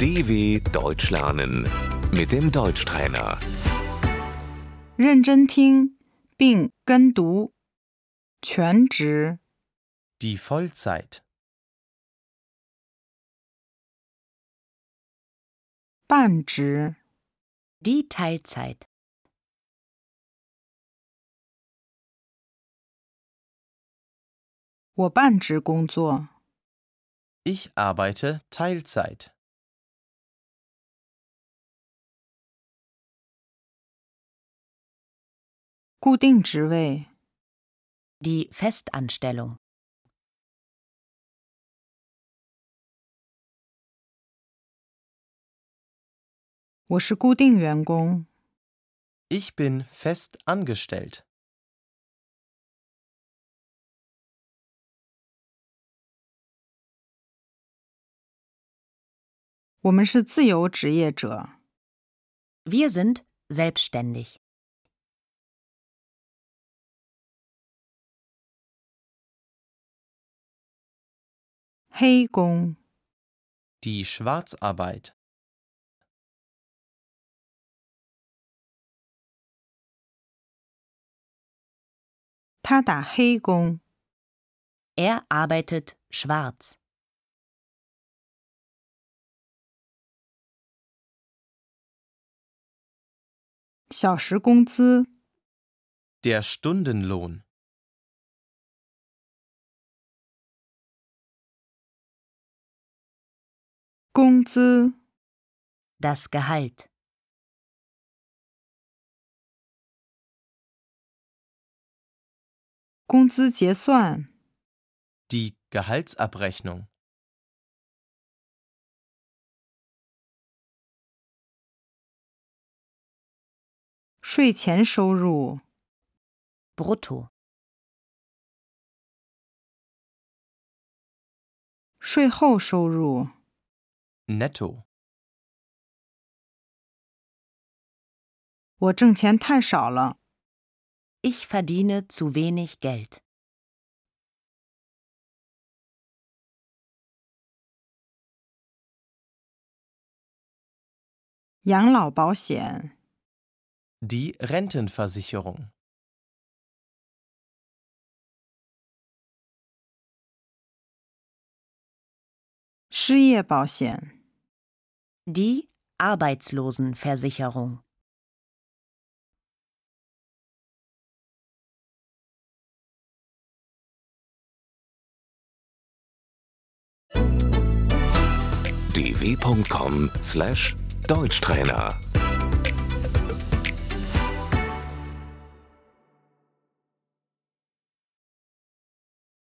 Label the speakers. Speaker 1: DW Deutsch lernen mit dem Deutschtrainer.
Speaker 2: 认真听并跟读。全职
Speaker 3: Die Vollzeit.
Speaker 2: 半职
Speaker 4: Die Teilzeit.
Speaker 2: 我半职工作，
Speaker 3: Ich arbeite Teilzeit.
Speaker 2: 固定职位
Speaker 4: Die Festanstellung.
Speaker 2: 我是固定员工，
Speaker 3: Ich bin fest angestellt.
Speaker 2: 我们是自由职业者。
Speaker 4: Wir sind selbstständig.
Speaker 2: 黑工
Speaker 3: Die Schwarzarbeit.
Speaker 2: 他打黑工，
Speaker 4: Er arbeitet schwarz.
Speaker 2: 小时工资
Speaker 3: Der Stundenlohn.
Speaker 2: 工资
Speaker 4: Das Gehalt.
Speaker 2: 工资结算。
Speaker 3: Die Gehaltsabrechnung.
Speaker 2: 税前收入、
Speaker 4: Brutto.
Speaker 2: 税后收入、
Speaker 3: Netto.
Speaker 2: 我挣钱太少了，
Speaker 4: Ich verdiene zu wenig Geld.
Speaker 2: 养老保险、
Speaker 3: Die Rentenversicherung.
Speaker 2: 失业保险、
Speaker 4: Die Arbeitslosenversicherung.
Speaker 1: dw.com/deutschtrainer